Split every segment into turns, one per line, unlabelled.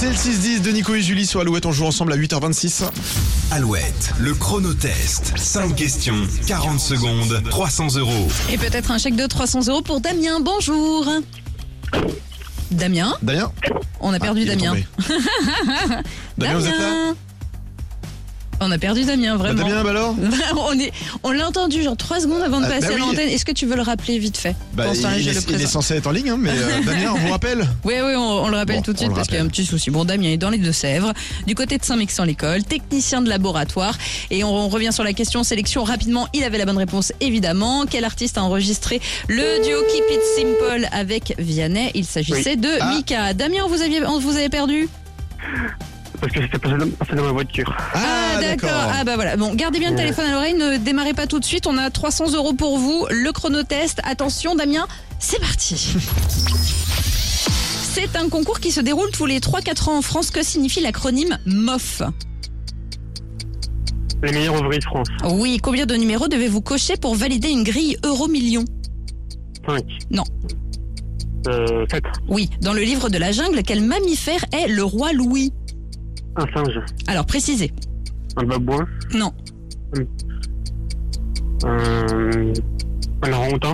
C'est le 6-10 de Nico et Julie sur Alouette. On joue ensemble à 8h26.
Alouette, le chronotest. 5 questions, 40 secondes, 300 euros.
Et peut-être un chèque de 300 euros pour Damien. Bonjour. Damien
Damien
On a perdu
Ah, il est
Damien.
tombé. Damien, vous êtes là
On a perdu Damien,
Bah,
vraiment.
Damien, bah alors
on est- on l'a entendu genre 3 secondes avant de
Ah, bah
passer à
oui.
l'antenne. Est-ce que tu veux le rappeler vite fait
Bah,
Pour
il,
ça, je
il
le
est, il est
présente.
censé être en ligne, hein, mais euh, Damien, on vous rappelle
Oui, oui, on, on le rappelle
Bon,
tout de
on
suite
le
parce qu'il y a un
rappelle.
petit souci. Bon, Damien est dans les Deux-Sèvres, du côté de Saint-Mexan-l'École, technicien de laboratoire. Et on, on revient sur la question sélection rapidement. Il avait la bonne réponse, évidemment. Quel artiste a enregistré le duo Keep It Simple avec Vianney Il s'agissait de
Ah.
Mika. Damien, on vous, aviez, on vous avait perdu
Parce que c'était passé dans, passé dans ma voiture.
Ah, d'accord.
Ah, bah voilà. Bon, gardez bien le
Ouais.
téléphone à l'oreille, ne démarrez pas tout de suite. On a 300 euros pour vous. Le chronotest. Attention, Damien, c'est parti. C'est un concours qui se déroule tous les 3-4 ans en France. Que signifie l'acronyme MOF
Les meilleurs ouvriers de France.
Oui, combien de numéros devez-vous cocher pour valider une grille euro-million
5.
Non.
Euh, 7.
Oui, dans le livre de la jungle, quel mammifère est le roi Louis
Un singe.
Alors précisez.
Un babouin.
Non.
Euh, un orang-outan.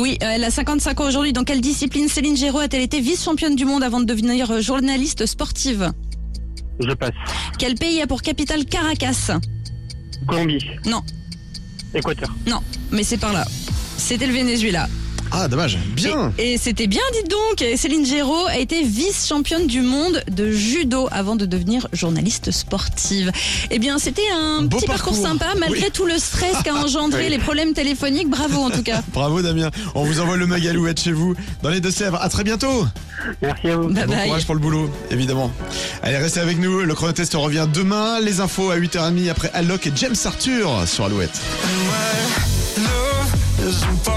Oui, euh, elle a 55 ans aujourd'hui. Dans quelle discipline Céline Géraud a-t-elle été vice-championne du monde avant de devenir euh, journaliste sportive
Je passe.
Quel pays a pour capitale Caracas
Colombie.
Non.
Équateur.
Non, mais c'est par là. C'était le Venezuela.
Ah, dommage. Bien.
Et, et c'était bien, dites donc. Et Céline Géraud a été vice-championne du monde de judo avant de devenir journaliste sportive. Eh bien, c'était un
Beau
petit parcours,
parcours.
sympa, malgré tout le stress qu'a engendré les problèmes téléphoniques. Bravo, en tout cas.
Bravo, Damien. On vous envoie le magalouette chez vous, dans les Deux-Sèvres. À très bientôt.
Merci à vous.
Bye
Bon
bye.
courage pour le boulot, évidemment. Allez, restez avec nous. Le chronotest revient demain. Les infos à 8h30 après Alloc et James Arthur sur Alouette.
Love is impossible.